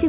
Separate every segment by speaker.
Speaker 1: 屁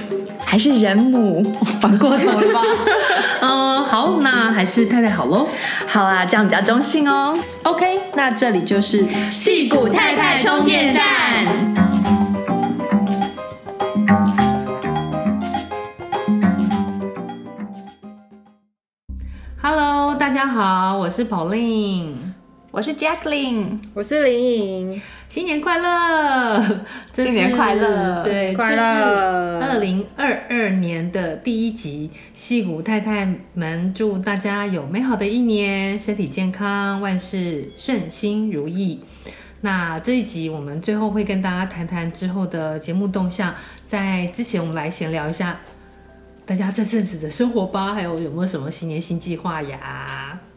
Speaker 1: 还是人母？
Speaker 2: 反过头 了吧？嗯，好，那还是太太好喽。
Speaker 1: 好啦，这样比较中性哦。
Speaker 2: OK，那这里就是戏骨太太充电站。Hello，大家好，我是 Pauline。
Speaker 1: 我是 Jacqueline，
Speaker 3: 我是林颖，
Speaker 2: 新年快 乐！这是
Speaker 1: 新年快乐
Speaker 2: 对，
Speaker 3: 快乐
Speaker 2: 这是二零二二年的第一集，戏骨太太们祝大家有美好的一年，身体健康，万事顺心如意。那这一集我们最后会跟大家谈谈之后的节目动向，在之前我们来闲聊一下大家这阵子的生活吧，还有有没有什么新年新计划呀？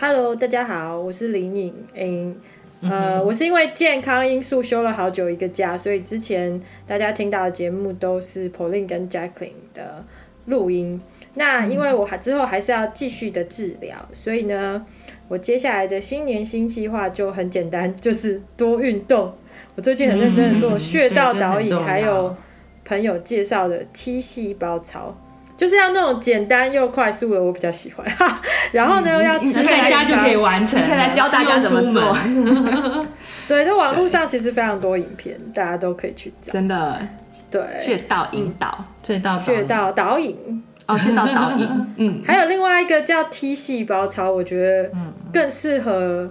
Speaker 3: Hello，大家好，我是林颖颖。
Speaker 2: 嗯
Speaker 3: 呃，我是因为健康因素休了好久一个假，所以之前大家听到的节目都是 Pauline 跟 Jacqueline 的录音。那因为我还之后还是要继续的治疗，所以呢，我接下来的新年新计划就很简单，就是多运动。我最近很认真的做
Speaker 2: 嗯
Speaker 3: 穴道
Speaker 2: 对这很
Speaker 3: 导引，
Speaker 2: 重要
Speaker 3: 还有朋友介绍的 T 细胞操，就是要那种简单又快速的，我比较喜欢。 然后呢，要吃
Speaker 2: 嗯在家就可以完成了，
Speaker 1: 可以来教大家怎么
Speaker 2: 不用
Speaker 1: 做
Speaker 2: 出门。
Speaker 3: 对，在网络上其实非常多影片，大家都可以去找。
Speaker 1: 真的
Speaker 3: 对，
Speaker 1: 穴道引导
Speaker 2: 隧道
Speaker 3: 穴道导引，
Speaker 1: 哦，穴道导引，嗯，
Speaker 3: 还有另外一个叫 T 细胞操，我觉得
Speaker 2: 嗯
Speaker 3: 更适合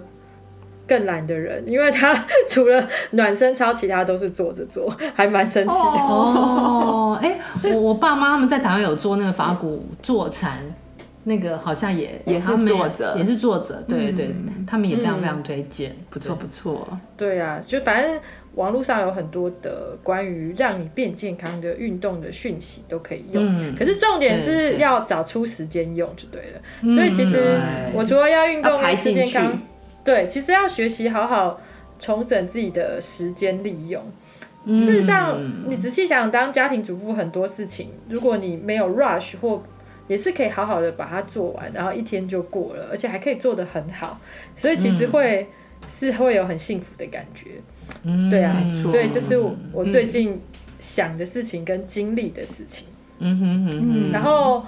Speaker 3: 更懒的人，因为它 除了暖身操，其他都是坐着做，还蛮神奇的。
Speaker 2: 哦，哎、我我爸妈他们在台湾有做那个法鼓坐禅，那个好像也
Speaker 1: 也是
Speaker 2: 他们
Speaker 1: 坐着
Speaker 2: 也是坐着，对对他们也非常非常推荐，
Speaker 1: 不
Speaker 2: 不
Speaker 1: 错不错，
Speaker 3: 对啊，就反正网络上有很多的关于让你变健康的运动的讯息都可以用，
Speaker 2: 嗯
Speaker 3: 可是重点
Speaker 2: 对嗯
Speaker 3: 是
Speaker 2: 对
Speaker 3: 要找出时间用就对了。所以其实
Speaker 2: 对
Speaker 3: 我除了要运
Speaker 1: 要
Speaker 3: 动、
Speaker 1: 排
Speaker 3: 吃
Speaker 1: 进
Speaker 3: 健
Speaker 1: 去
Speaker 3: 康，对，其实要学习好好重整自己的时间利用。
Speaker 2: 嗯
Speaker 3: 事实上，你仔细想，当家庭主妇很多事情，如果你没有 rush 或也是可以好好的把它做完，然后一天就过了，而且还可以做得很好，所以其实会、是会有很幸福的感觉。
Speaker 2: 嗯
Speaker 3: 对啊，
Speaker 1: 错
Speaker 3: 所以这是我我最近想的事情跟经历的事情，
Speaker 2: 嗯哼哼哼，
Speaker 3: 然后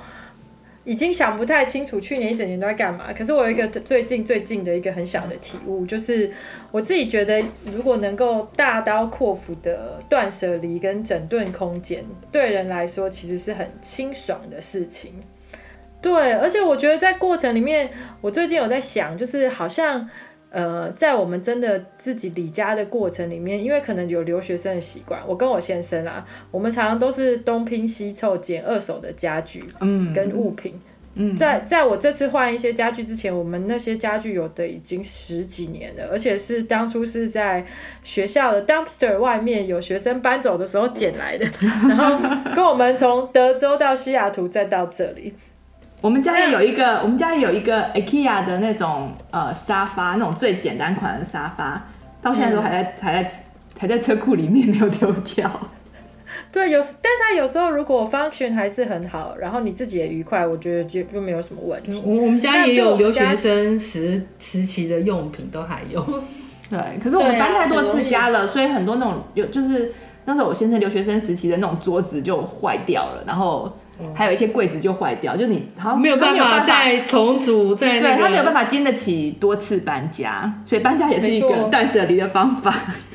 Speaker 3: 已经想不太清楚去年一整年都在干嘛。可是我有一个最近最近的一个很小的体悟，就是我自己觉得，如果能够大刀阔斧的断舍离跟整顿空间，对人来说其实是很清爽的事情。对，而且我觉得在过程里面，我最近有在想，就是好像。呃，在我们真的自己离家的过程里面，因为可能有留学生的习惯，我跟我先生啊，我们常常都是东拼西凑捡二手的家具，嗯，跟物品。嗯，在在我这次换一些家具之前，我们那些家具有的已经十几年了，而且是当初是在学校的 dumpster 外面有学生搬走的时候捡来 的，然后跟我们从德州到西雅图再到这里，
Speaker 4: 我们家也有一个，我们家也有一个 IKEA 的那种呃沙发，那种最简单款的沙发，到现在都还在、还在还在车库里面没有丢掉。
Speaker 3: 对，有，但他有时候如果 function 还是很好，然后你自己也愉快，我觉得就就没有什么问题。
Speaker 2: 我我们家
Speaker 3: 那
Speaker 2: 也
Speaker 3: 对
Speaker 2: 有
Speaker 3: 我们
Speaker 2: 留
Speaker 3: 家
Speaker 2: 学生时时期的用品都还有，
Speaker 4: 对，可是我
Speaker 3: 对
Speaker 4: 们
Speaker 3: 啊
Speaker 4: 搬太多
Speaker 3: 很容易
Speaker 4: 次家了，所以很多那种有就是那时候我先生留学生时期的那种桌子就坏掉了，然后
Speaker 1: 还有一些柜子就坏掉，就你好像
Speaker 2: 没有
Speaker 1: 它
Speaker 2: 办法再重组，在那
Speaker 1: 对
Speaker 2: 个
Speaker 1: 他没有办法经得起多次搬家，所以搬家也是一
Speaker 3: 没
Speaker 1: 个
Speaker 3: 错
Speaker 1: 断舍离的方 法。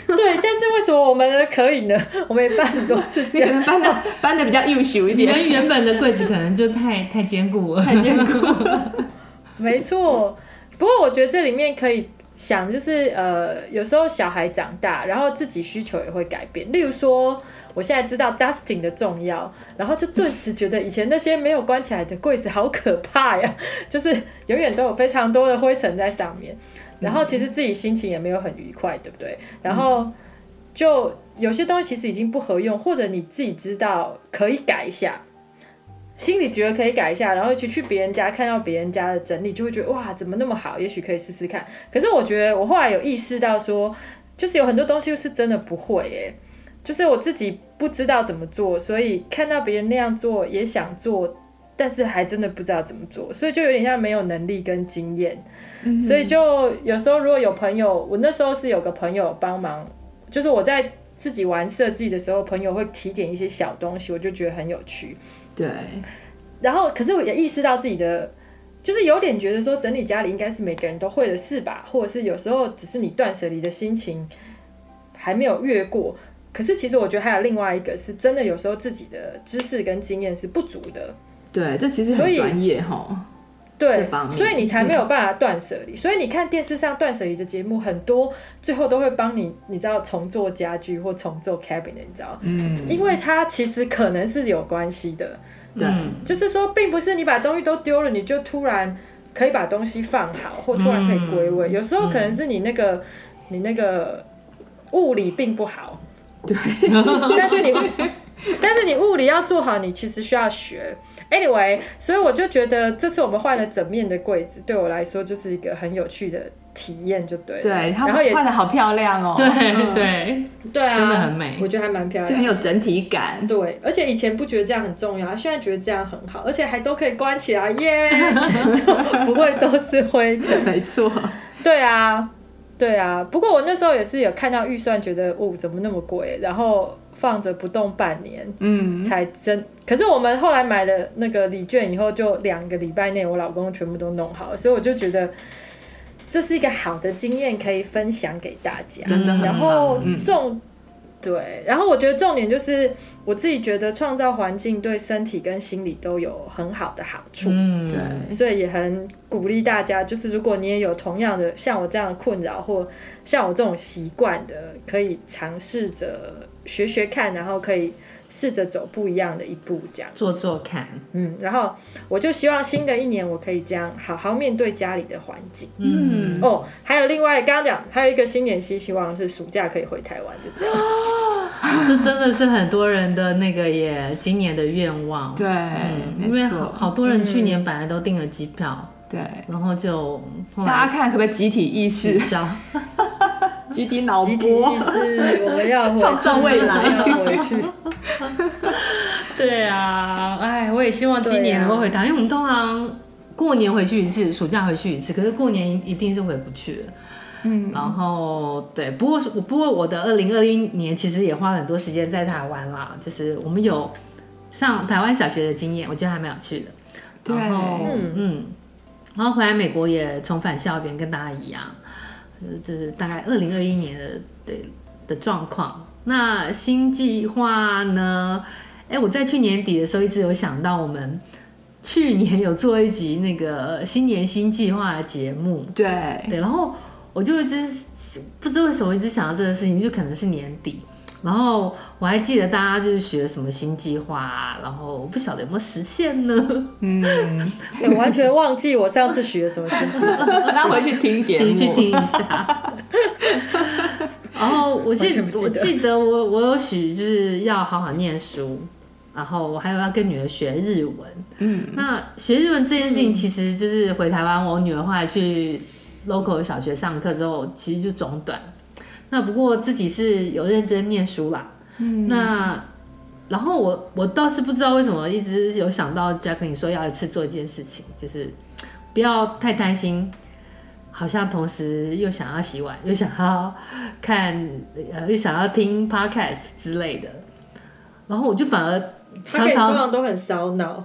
Speaker 3: 对，但是为什么我们的可以呢？ 我们也办很多次
Speaker 1: 你可能
Speaker 3: 家，
Speaker 1: 搬的搬的比较优秀一
Speaker 2: 你
Speaker 1: 点，
Speaker 2: 们原本的柜子可能就太太坚固了，太
Speaker 1: 结果
Speaker 3: 没错。不过我觉得这里面可以想，就是呃，有时候小孩长大，然后自己需求也会改变。例如说，我现在知道 dusting 的重要，然后就顿时觉得以前那些没有关起来的柜子好可怕呀， 就是永远都有非常多的灰尘在上面。然后其实自己心情也没有很愉快，对不对？然后就有些东西其实已经不合用，或者你自己知道可以改一下，心里觉得可以改一下，然后去去别人家看到别人家的整理，就会觉得哇，怎么那么好？也许可以试试看。可是我觉得我后来有意识到说，就是有很多东西是真的不会诶、就是我自己不知道怎么做，所以看到别人那样做也想做，但是还真的不知道怎么做，所以就有点像没有能力跟经验。所以就有时候如果有朋友，我那时候是有个朋友帮忙，就是我在自己玩设计的时候，朋友会提点一些小东西，我就觉得很有趣。
Speaker 1: 对，
Speaker 3: 然后，可是我也意识到自己的，就是有点觉得说整理家里应该是每个人都会的事吧，或者是有时候只是你断舍离的心情还没有越过。可是其实我觉得还有另外一个是真的，有时候自己的知识跟经验是不足的，
Speaker 1: 对，这其实
Speaker 3: 所
Speaker 1: 很
Speaker 3: 以
Speaker 1: 专业哈。这
Speaker 3: 对
Speaker 1: 方，面
Speaker 3: 所以你才没有办法断舍离。所以你看电视上断舍离的节目很多，最后都会帮你，你知道重做家居或重做 cabinet，你知道，
Speaker 1: 嗯，
Speaker 3: 因为它其实可能是有关系的。
Speaker 1: 对，
Speaker 3: 就是说，并不是你把东西都丢了，你就突然可以把东西放好，或突然可以归位。有时候可能是你那个、你那个物理并不好，
Speaker 1: 对，
Speaker 3: 但是你但是你物理要做好，你其实需要学。Anyway，所以我就觉得这次我们换了整面的柜子，对我来说就是一个很有趣的体验，就对 了。
Speaker 1: 对，他
Speaker 3: 然后也
Speaker 1: 们画的好漂亮哦，
Speaker 2: 对对，
Speaker 3: 对啊，
Speaker 2: 真的很美
Speaker 3: 我觉得还蛮漂
Speaker 1: 就
Speaker 3: 亮
Speaker 1: 很
Speaker 3: 的。
Speaker 1: 有整体感。
Speaker 3: 对，而且以前不觉得这样很重要，现在觉得这样很好，而且还都可以关起来，耶，就不会都是灰尘。
Speaker 1: 没错，
Speaker 3: 对啊，对啊。不过我那时候也是有看到预算，觉得哦怎么那么贵，然后放着不动半年
Speaker 1: 嗯，
Speaker 3: 才真。可是我们后来买了那个礼券以后，就两个礼拜内，我老公全部都弄好了，所以我就觉得。这是一个好的经验，可以分享给大家。
Speaker 1: 真的很嗯
Speaker 3: 然
Speaker 1: 棒
Speaker 3: 后重、对，然后我觉得重点就是我自己觉得创造环境对身体跟心理都有很好的好处，
Speaker 2: 嗯，
Speaker 1: 对，
Speaker 3: 所以也很鼓励大家，就是如果你也有同样的像我这样的困扰或像我这种习惯的，可以尝试着学学看，然后可以试着走不一样的一步，这样。
Speaker 2: 做做看，
Speaker 3: 嗯，然后我就希望新的一年我可以这样好好面对家里的环境。
Speaker 1: 嗯，
Speaker 3: 哦，还有另外刚刚讲，还有一个新年新希望是暑假可以回台湾，就这样。
Speaker 2: 这真的是很多人的那个也今年的愿望，
Speaker 1: 对，
Speaker 2: 嗯，因为
Speaker 1: 没
Speaker 2: 好
Speaker 1: 错，嗯
Speaker 2: 好多人去年本来都订了机票，
Speaker 1: 对，
Speaker 2: 然后就后
Speaker 1: 大
Speaker 2: 来
Speaker 1: 家看可不可以集体意识、
Speaker 2: 取 消，
Speaker 1: 集体脑
Speaker 3: 集体意
Speaker 1: 波？
Speaker 3: 识，我们要回去
Speaker 1: 啊创造未来
Speaker 3: 我们要回去。
Speaker 2: 对啊，哎，我也希望今年能够回
Speaker 1: 啊
Speaker 2: 台，因为我们通常过年回去一次，暑假回去一次，可是过年一定是回不去了。嗯，然后对，不过是不过我的二零二一年其实也花了很多时间在台湾啦，就是我们有上台湾小学的经验，我觉得还蛮有趣的。
Speaker 1: 对
Speaker 2: 然后
Speaker 1: 哦
Speaker 3: 嗯
Speaker 2: 嗯，然后回来美国也重返校园，跟大家一样，呃这是大概二零二一年的对的状况。那新计划呢？哎，我在去年底的时候一直有想到，我们去年有做一集那个新年新计划的节目，
Speaker 1: 对，
Speaker 2: 对，然后我就一直不知为什么一直想到这个事情，就可能是年底。然后我还记得大家就是学什么新计划、啊，然后我不晓得有没有实现呢？
Speaker 1: 嗯，
Speaker 3: 哎我完全忘记我上次学什么新 技能，
Speaker 1: 大家回去听 节
Speaker 2: 自己去
Speaker 1: 目，
Speaker 2: 听一 下。然后我记
Speaker 3: 完全不记
Speaker 2: 我
Speaker 3: 得
Speaker 2: 记得我我有许就是要好好念书，然后我还有要跟女儿学日文。嗯，那学日文这件事情其实就是回台湾，我女儿后来去 local 小学上课之后，其实就中断。那不过自己是有认真念书啦。嗯，那。然后我我倒是不知道为什么一直有想到 Jacqueline 说要一次做一件事情，就是不要太贪心，好像同时又想要洗碗，又想要看，呃，又想要听 podcast 之类的。然后我就反而
Speaker 3: 他可以通常都很烧脑。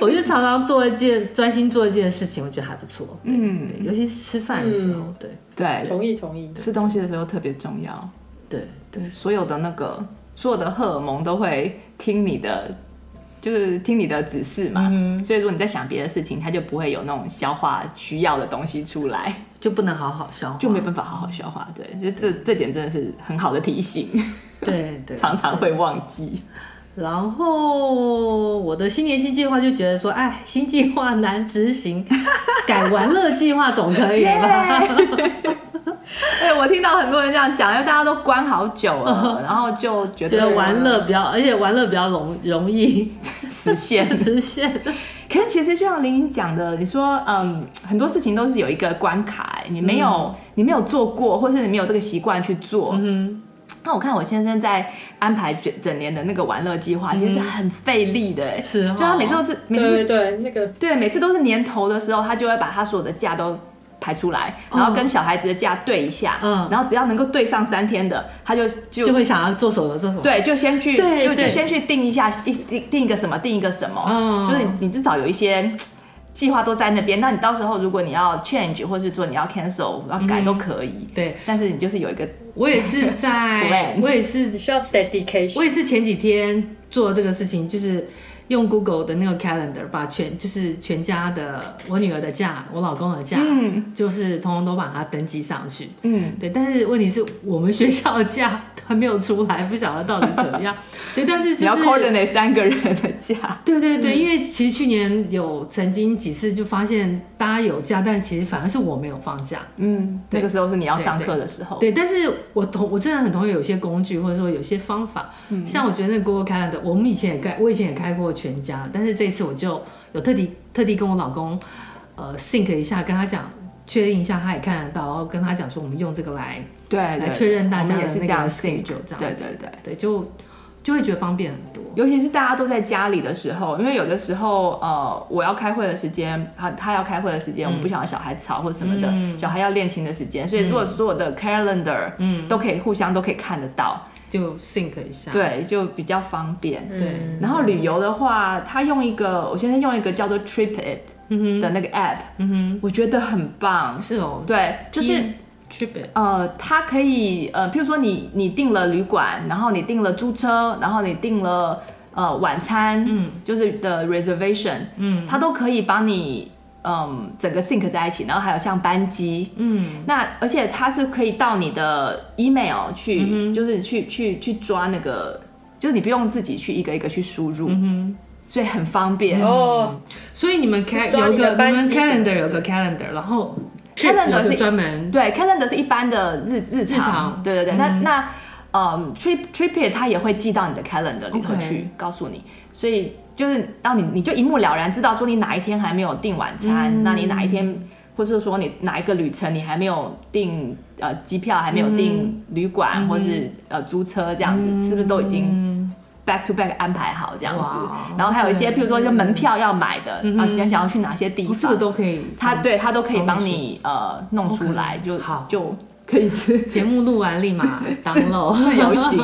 Speaker 2: 我就常常做一件专心做一件事情，我觉得还不错。对
Speaker 1: 嗯
Speaker 2: 对，尤其是吃饭的时候，
Speaker 3: 嗯
Speaker 2: 对
Speaker 1: 对，
Speaker 3: 同意同意。
Speaker 1: 吃东西的时候特别重要，
Speaker 2: 对对，
Speaker 1: 对，所有的那个所有的荷尔蒙都会听你的，就是听你的指示嘛。
Speaker 2: 嗯
Speaker 1: 所以如果你在想别的事情，它就不会有那种消化需要的东西出来，
Speaker 2: 就不能好好消化，
Speaker 1: 就没办法好好消化。对，所以这这点真的是很好的提 醒，
Speaker 2: 对对，
Speaker 1: 常常会
Speaker 2: 对。
Speaker 1: 忘记。
Speaker 2: 然后我的新年新计划就觉得说，哎，新计划难 执行，改玩乐计划总可以了吧？
Speaker 1: 哎、我听到很多人这样讲，因为大家都关好久了，然后就觉
Speaker 2: 嗯觉
Speaker 1: 得
Speaker 2: 得玩乐比较，而且玩乐比较容 容易
Speaker 1: 实现。
Speaker 2: 实现。
Speaker 1: 可是其实就像林颖讲的，你说嗯，很多事情都是有一个关卡、你没有、你没有做过，或是你没有这个习惯去做。
Speaker 2: 嗯，
Speaker 1: 那我看我先生在安排整整年的那个玩乐计划，其实是很费力的、哎
Speaker 2: 嗯是哦
Speaker 1: 就他每次都是每
Speaker 3: 对
Speaker 1: 次
Speaker 3: 对对，那个
Speaker 1: 对，每次都是年头的时候，他就会把他所有的假都排出来，然后跟小孩子的假对一下，
Speaker 2: 嗯
Speaker 1: 然后只要能够对上三天的，他就 就
Speaker 2: 就会想要做什么做什么。
Speaker 1: 对，就先去
Speaker 2: 对
Speaker 1: 就就
Speaker 2: 对
Speaker 1: 先去定一下，一定定一个什么，定一个什么，
Speaker 2: 嗯
Speaker 1: 就是你至少有一些。计划都在那边，那你到时候如果你要 change 或是说你要 cancel 要改都可以，
Speaker 2: 对，
Speaker 1: 但是你就是有一个
Speaker 2: 我也是在，
Speaker 1: Plan
Speaker 2: 我也是
Speaker 3: 你需要 dedication。
Speaker 2: 我也是前几天做这个事情，就是用 Google 的那个 Calendar 把全就是全家的我女儿的假、我老公的假，
Speaker 1: 嗯
Speaker 2: 就是通通都把它登记上去。
Speaker 1: 嗯
Speaker 2: 对，但是问题是我们学校的假 还没有出来，不晓得到底怎么样。对，但是
Speaker 1: 你
Speaker 2: 就
Speaker 1: 要
Speaker 2: 是
Speaker 1: coordinate 三个人的假，
Speaker 2: 对对
Speaker 1: 嗯
Speaker 2: 对，因为其实去年有曾经几次就发现大家有假，但其实反而是我没有放假。
Speaker 1: 嗯，那
Speaker 2: 对
Speaker 1: 个时候是你要
Speaker 2: 对
Speaker 1: 上
Speaker 2: 对
Speaker 1: 课的时候，
Speaker 2: 对，但是我同我真的很同意有些工
Speaker 1: 嗯
Speaker 2: 具或者说有些方法，像我觉得那个 Google Calendar，我们以前也开，我以前也开过全家，但是这次我就有特地特地跟我老公呃 sync 一下，跟他讲。确定一下，他也看得到，然后跟他讲说，我们用这个来
Speaker 1: 对
Speaker 2: 来
Speaker 1: 对
Speaker 2: 确认大
Speaker 1: 我们
Speaker 2: 家的
Speaker 1: 也是
Speaker 2: 那
Speaker 1: 这样
Speaker 2: 个
Speaker 1: think，
Speaker 2: schedule，这
Speaker 1: 对
Speaker 2: 样子，
Speaker 1: 对对。
Speaker 2: 对，就就会觉得方便很多。
Speaker 1: 尤其是大家都在家里的时候，因为有的时候，呃，我要开会的时间，他他要开会的时间，我们不想要小孩吵或什么的，小孩要练琴的时间，所以如果所有的 calendar，嗯，都可以互相都可以看得到，
Speaker 2: 就 sync 一下，
Speaker 1: 对，就比较方便。
Speaker 2: 对，
Speaker 3: 嗯
Speaker 1: 然后旅游的话，他用一个，我现在用一个叫做 Trip It 的那个 app，、
Speaker 2: 嗯
Speaker 1: 我觉得很棒
Speaker 2: 哼，。是哦，
Speaker 1: 对，就是。
Speaker 2: 区别，
Speaker 1: 呃，它可以呃，譬如说你你订了旅馆，然后你订了租车，然后你订了呃晚餐，嗯，就是的 reservation，嗯，它都可以帮你嗯整个 sync 在一起，然后还有像班机，
Speaker 2: 嗯，
Speaker 1: 那而且它是可以到你的 email 去，就是去去去抓那个，就是你不用自己去一个一个去输入，嗯所以很方便。
Speaker 3: 哦，
Speaker 2: 所以你们开
Speaker 3: 抓
Speaker 2: 有
Speaker 3: 你
Speaker 2: 个
Speaker 3: 的
Speaker 2: 你们
Speaker 3: 班级什么
Speaker 2: calendar 有个 calendar，然后
Speaker 1: Calendar
Speaker 2: 有个
Speaker 1: 是
Speaker 2: 专门
Speaker 1: 对，calendar 是一般的日日常，
Speaker 2: 日常
Speaker 1: 对对对。那那嗯，trip tripit 它也会寄到你的 calendar 里头
Speaker 2: OK
Speaker 1: 去告诉你，所以就是让你你就一目了然知道说你哪一天还没有订晚餐，
Speaker 2: 嗯
Speaker 1: 那你哪一天。或是说你哪一个旅程你还没有订呃机票，还没
Speaker 2: 嗯
Speaker 1: 有订旅馆，或是呃租车这样子，是不是都已经 back to back 安排好这样子
Speaker 2: 嗯哇？嗯
Speaker 1: 然后还有一些，譬如说就门票要买的，啊，你想要去哪些地
Speaker 2: 哦
Speaker 1: 方，
Speaker 2: 这个都可以。嗯
Speaker 1: 他对他都可以
Speaker 2: 帮
Speaker 1: 帮
Speaker 2: 你
Speaker 1: 你呃弄出
Speaker 2: OK，
Speaker 1: 来，就
Speaker 2: 好
Speaker 1: 就可以自
Speaker 2: 节目录完立马
Speaker 1: 自
Speaker 2: download，
Speaker 1: 由行。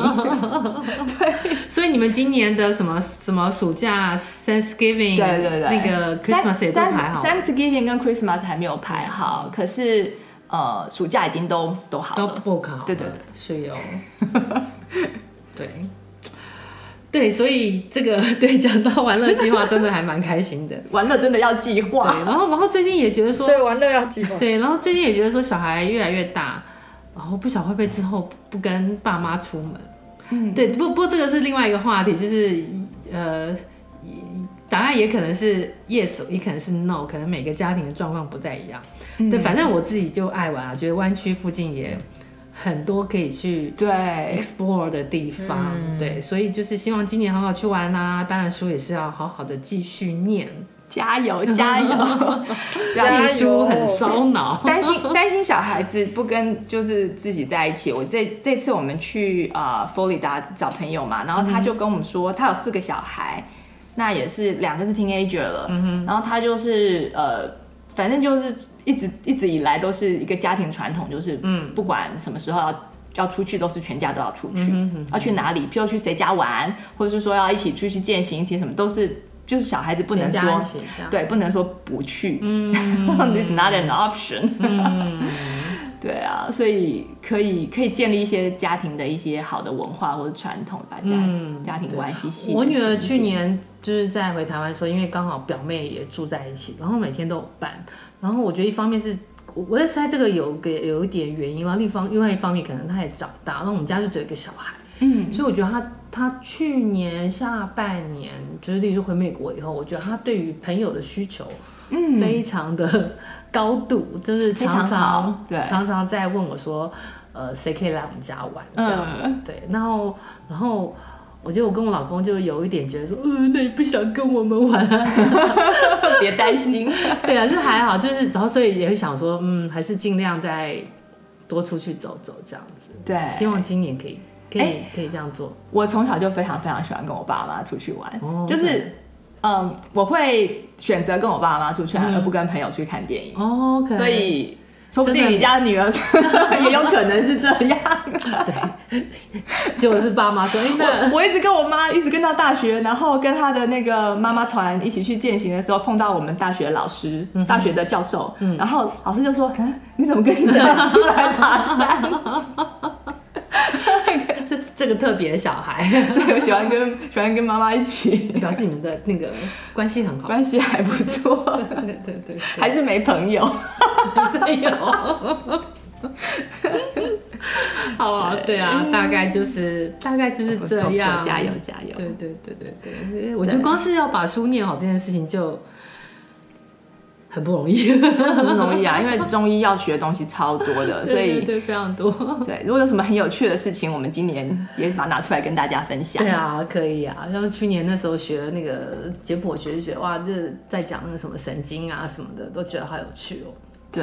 Speaker 2: 所以你们今年的什么什么暑假 Thanksgiving，
Speaker 1: 对对对
Speaker 2: 那个 Christmas 也都排好了，
Speaker 1: Thanksgiving 跟 Christmas 还没有排好，可是呃暑假已经都都好
Speaker 2: 都
Speaker 1: 了。
Speaker 2: 不考，
Speaker 1: 对对对，
Speaker 2: 是有， 对。对，所以这个 对讲到玩乐计划，真的还蛮开心的。
Speaker 1: 玩乐真的要计
Speaker 2: 对，
Speaker 1: 划，
Speaker 2: 然后然后最近也觉得说，
Speaker 3: 对，玩乐要计 划。
Speaker 2: 对，然后最近也觉得说小孩越来越大，然后不晓得会不会之后不不跟爸妈出门。嗯，对，不不过这个是另外一个话题，就是呃，答案也可能是 yes，也可能是 no，可能每个家庭的状况不太一样。对，反正我自己就爱玩啊，觉得湾区附近也很多可以去
Speaker 1: 对
Speaker 2: explore 的地方，对，所以就是希望今年好好去玩啦、当然书也是要好好的继续念，
Speaker 1: 加油加 油！
Speaker 3: 加
Speaker 2: 念
Speaker 3: 油
Speaker 2: 书很烧脑。
Speaker 1: 担心担心小孩子不跟就是自己在一起。我这这次我们去啊佛罗里达找朋友嘛，然后他就跟我们说，他有四个小孩，那也是两个是 teenager 了，
Speaker 2: 嗯
Speaker 1: 然后他就是呃，反正就是一直一直以来都是一个家庭传统，就是嗯，不管什么时候要要出去都是全家都要出去，
Speaker 2: 嗯哼嗯
Speaker 1: 要去哪里，譬如去谁家玩，或者是说要一起出去践行一起什么，都是就是小孩子 不能
Speaker 2: 全家一
Speaker 1: 说
Speaker 2: 起这样，
Speaker 1: 对，不能说不去， 嗯，is not an option，对
Speaker 2: 嗯
Speaker 1: 啊，所以可以可以建立一些家庭的一些好的文化或者传统，把家、
Speaker 2: 嗯
Speaker 1: 家庭
Speaker 2: 对
Speaker 1: 关系细。
Speaker 2: 我女儿去年就是在回台湾的时候，因为刚好表妹也住在一起，然后每天都有伴。然后我觉得一方面是我我在猜这个有个有一点原因，然后另一方另外一方面可能她也长大，然后我们家就只有一个小孩，
Speaker 1: 嗯，
Speaker 2: 所以我觉得她她去年下半年就是例如说回美国以后，我觉得她对于朋友的需求
Speaker 1: 嗯
Speaker 2: 非常的高度，就是
Speaker 1: 非常
Speaker 2: 常
Speaker 1: 好
Speaker 2: 常
Speaker 1: 对
Speaker 2: 常常在问我说，呃，谁可以来我们家玩这
Speaker 1: 嗯
Speaker 2: 样子？对，然后然后我觉得我跟我老公就有一点觉得说，嗯、那你不想跟我们玩啊？
Speaker 1: 特别担心，
Speaker 2: 对啊，是还好，就是然后所以也会想说，嗯，还是尽量再多出去走走这样子。
Speaker 1: 对，
Speaker 2: 希望今年可以可以、
Speaker 1: 哎
Speaker 2: 可以这样做。
Speaker 1: 我从小就非常非常喜欢跟我爸妈出去玩，
Speaker 2: 哦
Speaker 1: 就是嗯，我会选择跟我爸妈出去玩，
Speaker 2: 嗯
Speaker 1: 而不跟朋友去看电影，
Speaker 2: 哦 OK，
Speaker 1: 所 以说不定
Speaker 2: 真的
Speaker 1: 你家女儿 也有可能是这 样。
Speaker 2: 结果是爸妈说，哎、 那
Speaker 1: 我一直跟我妈一直跟到大学，然后跟她的那个妈妈团一起去践行的时候，碰到我们大学老师、
Speaker 2: 嗯
Speaker 1: 大学的教授，然后老师就说：“嗯，你怎么跟你的出来爬山？”
Speaker 2: 这这个特别的小孩，
Speaker 1: 对，我喜欢跟喜欢跟妈妈一起，
Speaker 2: 表示你们的那个关系很好。
Speaker 1: 关系还不错，
Speaker 2: 哦对对对对，
Speaker 1: 还是没朋友。
Speaker 2: 没 有。好啊，对啊，大概就是大概就是
Speaker 1: 不错
Speaker 2: 这样
Speaker 1: 不错，加油加油
Speaker 2: 对对对对对，我觉得光是要把书念好这件事情就很不容易，
Speaker 1: 很不容易啊，因为中医要学的东西超多的，所
Speaker 2: 对对
Speaker 1: 以
Speaker 2: 对非常多。
Speaker 1: 对，如果有什么很有趣的事情，我们今年也把它拿出来跟大家分享
Speaker 2: 对。啊，可以啊。像去年那时候学那个解剖学，就觉得哇，这在讲那个什么神经啊什么的，都觉得好有趣哦。
Speaker 1: 对，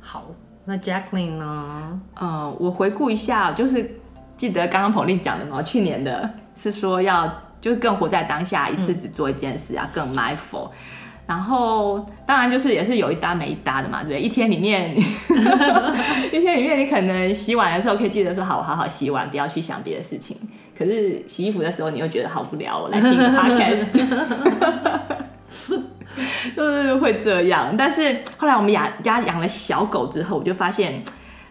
Speaker 2: 好，那 Jacqueline 呢？
Speaker 1: 嗯，我回顾一下，就是记得刚刚彭丽讲的嘛，去年的是说要就是更活在当下，一次只做一件事啊，更 mindful。然后当然就是也是有一搭没一搭的嘛，对不对？一天里面， 一天里面你可能洗碗的时候可以记得说好，我好好洗碗，不要去想别的事情。可是洗衣服的时候，你又觉得好无聊，我来听个 podcast。就是 会这样。但是后来我们养家养了小狗之后，我就发现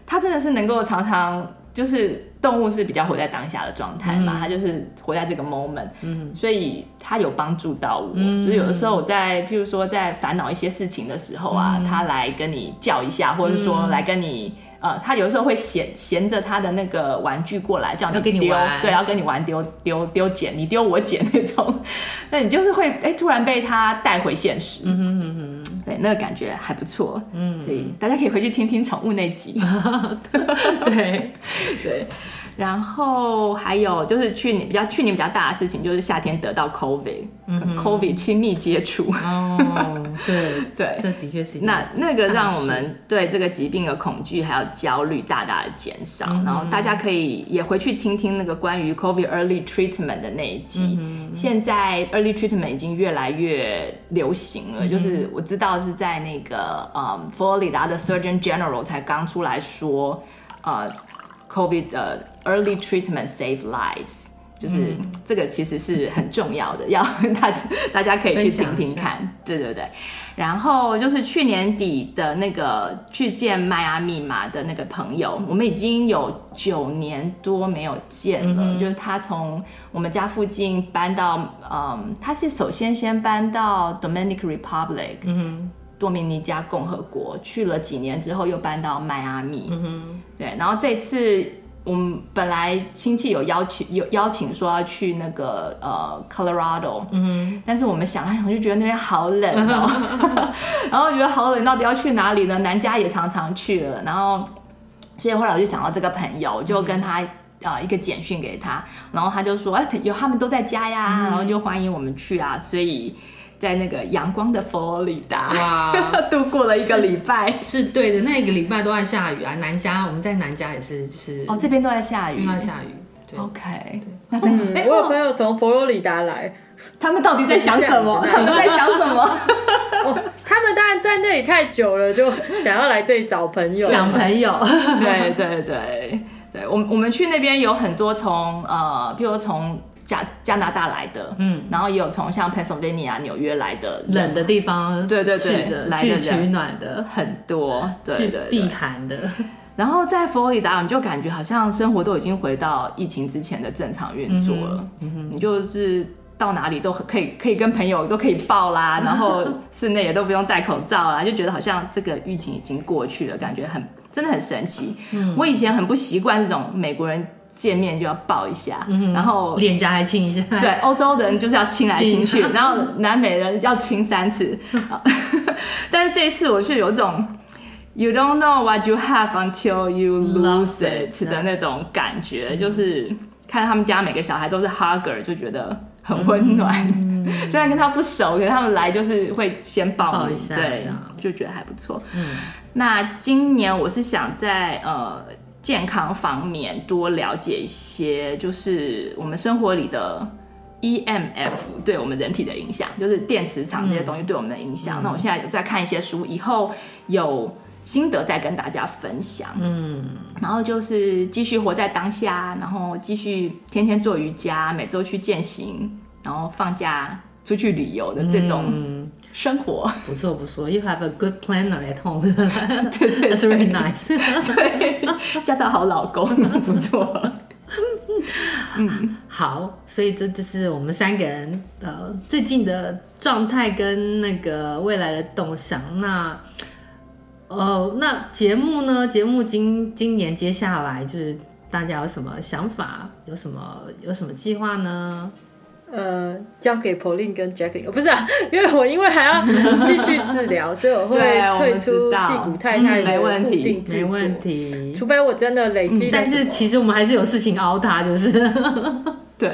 Speaker 1: 它真的是能够常常就是动物是比较活在当下的状态嘛，它就是活在这个 moment，嗯，所以它有帮助到我。就是有的时候我在譬如说在烦恼一些事情的时候啊，它来跟你叫一下，或者是说来跟你。呃，它有的时候会闲闲着它的那个玩具过来，叫
Speaker 2: 要跟
Speaker 1: 你
Speaker 2: 你
Speaker 1: 丢，
Speaker 2: 玩
Speaker 1: 对，要跟你玩丢丢丢捡，你丢我捡那种， 那你就是会哎、诶突然被它带回现实，嗯哼哼哼，对，那个感觉还不错，嗯，所以大家可以回去听听宠物那 集，
Speaker 2: 对，
Speaker 1: 对。然后还有就是去年比较去年比较大的事情，就是夏天得到 COVID，跟 COVID 亲密接触，
Speaker 2: 哦，对，
Speaker 1: 对，
Speaker 2: 这的确是一件
Speaker 1: 那那个让我
Speaker 2: 大事
Speaker 1: 们对这个疾病的恐惧还有焦虑大大的减少，
Speaker 2: 嗯
Speaker 1: 然后大家可以也回去听听那个关于 COVID early treatment 的那一集。
Speaker 2: 嗯
Speaker 1: 现在 early treatment 已经越来越流行
Speaker 2: 嗯
Speaker 1: 了，就是我知道是在那个嗯佛罗里达的 Surgeon General 才刚出来说，呃，COVID 的 early treatment save lives。就是
Speaker 2: 嗯
Speaker 1: 这个其实是很重要的，要 大家大家可以去
Speaker 2: 分享
Speaker 1: 听
Speaker 2: 一
Speaker 1: 听
Speaker 2: 下
Speaker 1: 看，对对对。然后就是去年底的那个去见迈阿密嘛的那个朋友，我们已经有九年多没有见了。
Speaker 2: 嗯
Speaker 1: 就是他从我们家附近搬到，嗯，他是首先先搬到 Dominican Republic，
Speaker 2: 嗯
Speaker 1: 多米尼加共和国，去了几年之后又搬到迈阿
Speaker 2: 嗯
Speaker 1: 密。
Speaker 2: 哼，
Speaker 1: 对，然后这次我们本来亲戚有邀请有邀请说要去那个呃 Colorado，
Speaker 2: 嗯哼，
Speaker 1: 但是我们想来想去，觉得那边好冷 哦，然后觉得好冷，到底要去哪里呢？南加也常常去了，然后所以后来我就想到这个朋友，就跟他。
Speaker 2: 嗯
Speaker 1: 啊，一个简讯给他，然后他就说，哎，有他们都在家
Speaker 2: 嗯
Speaker 1: 呀，然后就欢迎我们去啊，所以在那个阳光的佛罗里达
Speaker 2: 哇。
Speaker 1: 度过了一个礼拜。
Speaker 2: 是对的，那一个礼拜都在下雨啊。南加我们在南加也是，就是
Speaker 1: 哦，这边都在下雨哦
Speaker 2: 听。到下雨，对，
Speaker 1: OK，那真的，
Speaker 3: 嗯
Speaker 1: 哎
Speaker 3: 我有朋友从佛罗里达来，
Speaker 1: 他们到底在想什么？
Speaker 3: 这
Speaker 1: 他
Speaker 3: 是下雨
Speaker 1: 们在想什么？
Speaker 3: 哦，他他们当然在那里太久了，就想要来这里找朋友。
Speaker 2: 想朋友，
Speaker 1: 对对对对，我们我们去那边有很多从呃，譬如说从加加拿大来的，
Speaker 2: 嗯，
Speaker 1: 然后也有从像 Pennsylvania 纽约来的人
Speaker 2: 冷的地方，
Speaker 1: 对对对
Speaker 2: 去的
Speaker 1: 来的
Speaker 2: 去
Speaker 1: 人
Speaker 2: 取暖的，
Speaker 1: 很多，对
Speaker 2: 去
Speaker 1: 对
Speaker 2: 避
Speaker 1: 对。
Speaker 2: 寒的，
Speaker 1: 然后在佛罗里达，你就感觉好像生活都已经回到疫情之前的正常运作了，你就是。到哪里都很可以，可以跟朋友都可以抱啦，然后室内也都不用戴口罩啦，就觉得好像这个疫情已经过去了，感觉很真的很神奇。我以前很不习惯这种美国人见面就要抱一下，然后
Speaker 2: 哦脸颊还亲一下，
Speaker 1: 对，欧洲的人就是要亲来亲 去
Speaker 2: 亲，
Speaker 1: 然后南美人要亲三次。 啊但是这一次我是有种 “you don't know what you have until you lose
Speaker 2: Lose
Speaker 1: it” 嗯
Speaker 2: it
Speaker 1: 的那种感觉，就是看他们家每个小孩都是 hugger，就觉得很温暖。 虽然跟他不熟，可是他们来就是会先抱
Speaker 2: 抱
Speaker 1: 你
Speaker 2: 一下这
Speaker 1: 对
Speaker 2: 样，
Speaker 1: 就觉得还不错。
Speaker 2: 嗯
Speaker 1: 那今年我是想在呃健康方面多了解一些，就是我们生活里的 EMF 对我们人体的影响，就是电磁场这
Speaker 2: 嗯
Speaker 1: 些东西对我们的影响。那我现在有在看一些书，以后有心得再跟大家分享。
Speaker 2: 嗯，
Speaker 1: 然后就是继续活在当下，然后继续天天做瑜伽，每周去践行，然后放假出去旅游的这种
Speaker 2: 嗯，
Speaker 1: 生活。
Speaker 2: 不错不错，You have a good planner at home，对 对，That's really nice。
Speaker 1: 对，嫁到好老公，不错。
Speaker 2: 好，所以这就是我们三个人呃最近的状态跟那个未来的动向。那呃，那节目呢？节目今今年接下来就是大家有什么想法？有什么有什么计划呢？
Speaker 3: 呃，交给 Pauline 跟 Jacqueline，哦不是啊， 因为我因为还要继续治 疗，所以我会
Speaker 1: 对啊我们
Speaker 3: 退出
Speaker 1: 知道
Speaker 3: 戏骨太太
Speaker 1: 嗯没
Speaker 3: 的
Speaker 1: 问
Speaker 3: 固
Speaker 1: 题嗯
Speaker 3: 定制
Speaker 2: 没
Speaker 3: 作，
Speaker 2: 问题。
Speaker 3: 除非我真的累积了什么、
Speaker 2: 但是其实我们还是有事情熬他，就是
Speaker 1: 对，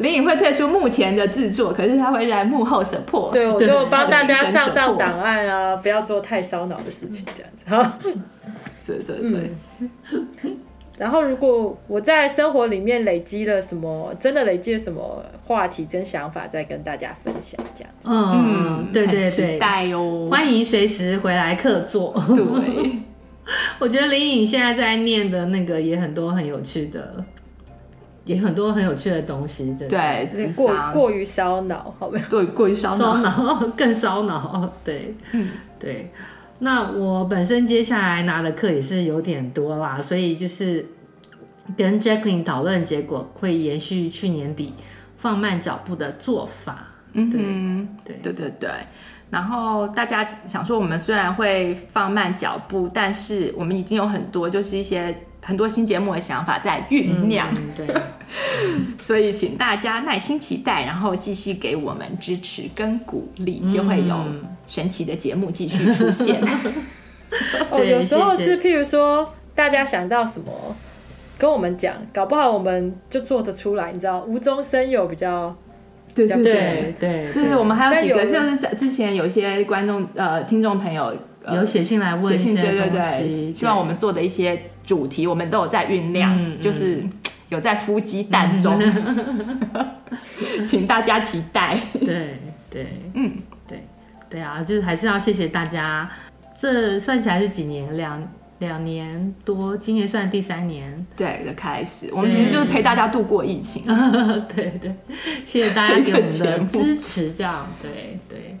Speaker 1: 林颖会退出目前的制作，可是他会在幕后 support。
Speaker 3: 对，我就
Speaker 2: 对
Speaker 3: 帮大
Speaker 1: 我
Speaker 3: 家
Speaker 1: 精神
Speaker 3: 上上
Speaker 1: 手
Speaker 3: 档案啊，不要做太烧脑的事情，这样子。好
Speaker 1: 对对对，
Speaker 3: 然后，如果我在生活里面累积了什么，真的累积了什么话题跟想法，再跟大家分享。这样，
Speaker 2: 嗯，对
Speaker 1: 很
Speaker 2: 对
Speaker 1: 期
Speaker 2: 对，
Speaker 1: 待哦。
Speaker 2: 欢迎随时回来客座。
Speaker 1: 对，
Speaker 2: 我觉得林颖现在在念的那个也很多很有趣的，也很多很有趣的东西，对不对，
Speaker 1: 对，
Speaker 3: 有点
Speaker 1: 智
Speaker 3: 过
Speaker 1: 商
Speaker 3: 过于烧脑，好没有？
Speaker 1: 对过于烧
Speaker 2: 烧
Speaker 1: 脑。
Speaker 2: 脑更烧脑，对，
Speaker 1: 嗯
Speaker 2: 对。那我本身接下来拿的课也是有点多啦，所以就是跟 Jacqueline 讨论，结果会延续去年底放慢脚步的做法，
Speaker 1: 嗯哼，
Speaker 2: 对
Speaker 1: 对对对。然后大家想说，我们虽然会放慢脚步，但是我们已经有很多就是一些很多新节目的想法在酝酿，
Speaker 2: 嗯，对，
Speaker 1: 所以请大家耐心期待，然后继续给我们支持跟鼓励，
Speaker 3: 嗯
Speaker 1: 就会有神奇的节目继续出 现。
Speaker 3: 哦，
Speaker 2: 对
Speaker 3: 有时候
Speaker 2: 谢
Speaker 3: 是
Speaker 2: 谢
Speaker 3: 譬如说，大家想到什么，跟我们讲，搞不好我们就做得出来，你知道，无中生有比较。
Speaker 1: 对
Speaker 3: 对
Speaker 2: 对对
Speaker 1: 对对，我们还有
Speaker 3: 但
Speaker 1: 几个，
Speaker 3: 有
Speaker 1: 就是在之前有一些观众呃听众朋友、呃、
Speaker 2: 有写信来问
Speaker 1: 写
Speaker 2: 一
Speaker 1: 信，
Speaker 2: 些
Speaker 1: 对对
Speaker 2: 东西，
Speaker 1: 对，希望我们做的一些主题，我们都有在酝酿，
Speaker 2: 嗯嗯
Speaker 1: 就是有在孵鸡蛋中， 请大家期待。
Speaker 2: 对对，
Speaker 1: 嗯，
Speaker 2: 对对啊，就是还是要谢谢大家。这算起来是几年？两两年多，今年算第三年。
Speaker 1: 对的开始，我们其实就是陪大家度过疫情。
Speaker 2: 对对，谢谢大家给我
Speaker 1: 这
Speaker 2: 们
Speaker 1: 个节
Speaker 2: 的
Speaker 1: 目
Speaker 2: 支持，这样对对。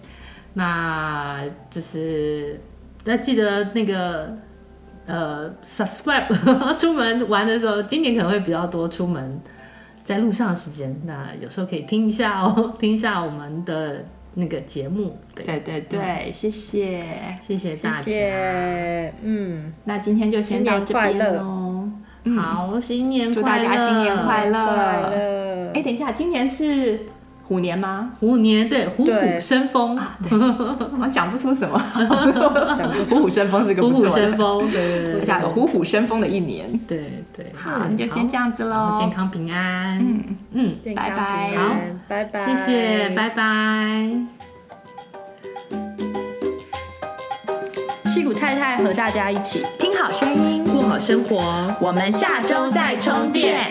Speaker 2: 那就是那记得那个呃，subscribe，出 门玩的时候，今年可能会比较多出门在路上的时间，那有时候可以听一下哦，听一下我们的那个节目。对，
Speaker 1: 对对对，谢谢。
Speaker 2: 谢谢
Speaker 3: 谢
Speaker 2: 大家。
Speaker 3: 谢，嗯，
Speaker 1: 那今天就先
Speaker 3: 新年
Speaker 1: 到这
Speaker 3: 快
Speaker 1: 边
Speaker 3: 乐
Speaker 1: 喽。
Speaker 2: 好，新年
Speaker 1: 祝大家新年快
Speaker 2: 乐！
Speaker 1: 乐！
Speaker 3: 快乐。
Speaker 1: 哎，等一下，今年是虎年吗？
Speaker 2: 虎年对啊虎
Speaker 3: 对
Speaker 2: 虎生风，
Speaker 1: 我讲不出什么， 虎虎生风是个
Speaker 2: 虎
Speaker 1: 不
Speaker 2: 虎
Speaker 1: 错
Speaker 2: 生
Speaker 1: 的，
Speaker 2: 风，对对对
Speaker 1: 下个虎虎生风的一年。
Speaker 2: 对对。
Speaker 1: 好，那就先这
Speaker 2: 样
Speaker 1: 样子喽，
Speaker 2: 健康平安。
Speaker 1: 嗯
Speaker 2: 嗯，
Speaker 3: 健
Speaker 1: 拜
Speaker 3: 康
Speaker 1: 拜
Speaker 3: 平安，拜拜，
Speaker 2: 谢谢，拜拜。
Speaker 5: 戏骨太太和大家一起听好声音，
Speaker 2: 过好生活，
Speaker 5: 我们下周再充电，